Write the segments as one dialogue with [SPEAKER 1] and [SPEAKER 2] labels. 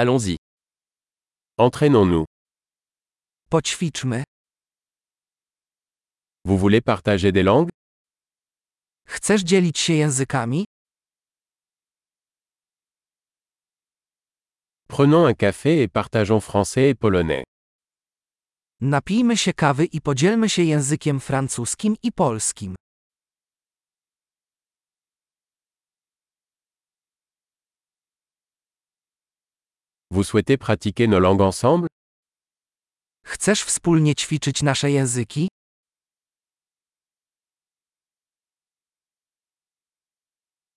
[SPEAKER 1] Allons-y. Entraînons-nous.
[SPEAKER 2] Poćwiczmy.
[SPEAKER 1] Vous voulez partager des langues
[SPEAKER 2] Chcesz dzielić się językami?
[SPEAKER 1] Prenons un café et partageons français et polonais.
[SPEAKER 2] Napijmy się kawy i podzielmy się językiem francuskim i polskim.
[SPEAKER 1] Vous souhaitez pratiquer nos langues ensemble
[SPEAKER 2] Chcesz wspólnie ćwiczyć nasze języki?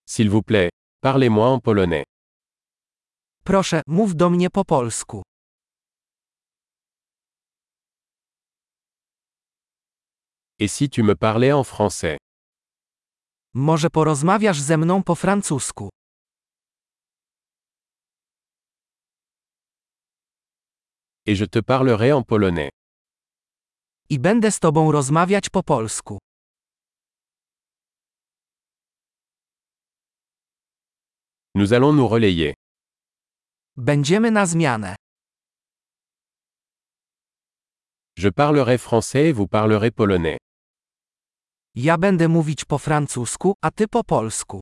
[SPEAKER 1] S'il vous plaît, parlez-moi en polonais.
[SPEAKER 2] Proszę, mów do mnie po polsku.
[SPEAKER 1] Et si tu me parlais en français
[SPEAKER 2] Może porozmawiasz ze mną po francusku.
[SPEAKER 1] Et je te parlerai en polonais.
[SPEAKER 2] I będę z tobą rozmawiać po polsku.
[SPEAKER 1] Nous allons nous relayer.
[SPEAKER 2] Będziemy na zmianę.
[SPEAKER 1] Je parlerai français et vous parlerez polonais.
[SPEAKER 2] Ja będę mówić po francusku, a ty po polsku.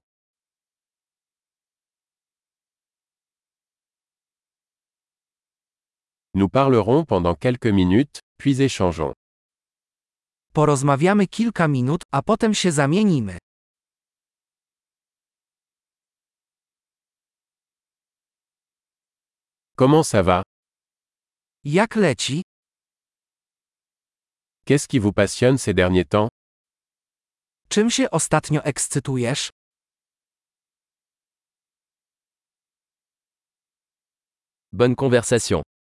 [SPEAKER 1] Nous parlerons pendant quelques minutes, puis échangeons.
[SPEAKER 2] Porozmawiamy kilka minut, a potem się zamienimy.
[SPEAKER 1] Comment ça va
[SPEAKER 2] Jak leci?
[SPEAKER 1] Qu'est-ce qui vous passionne ces derniers temps
[SPEAKER 2] Czym się ostatnio ekscytujesz?
[SPEAKER 3] Bonne conversation.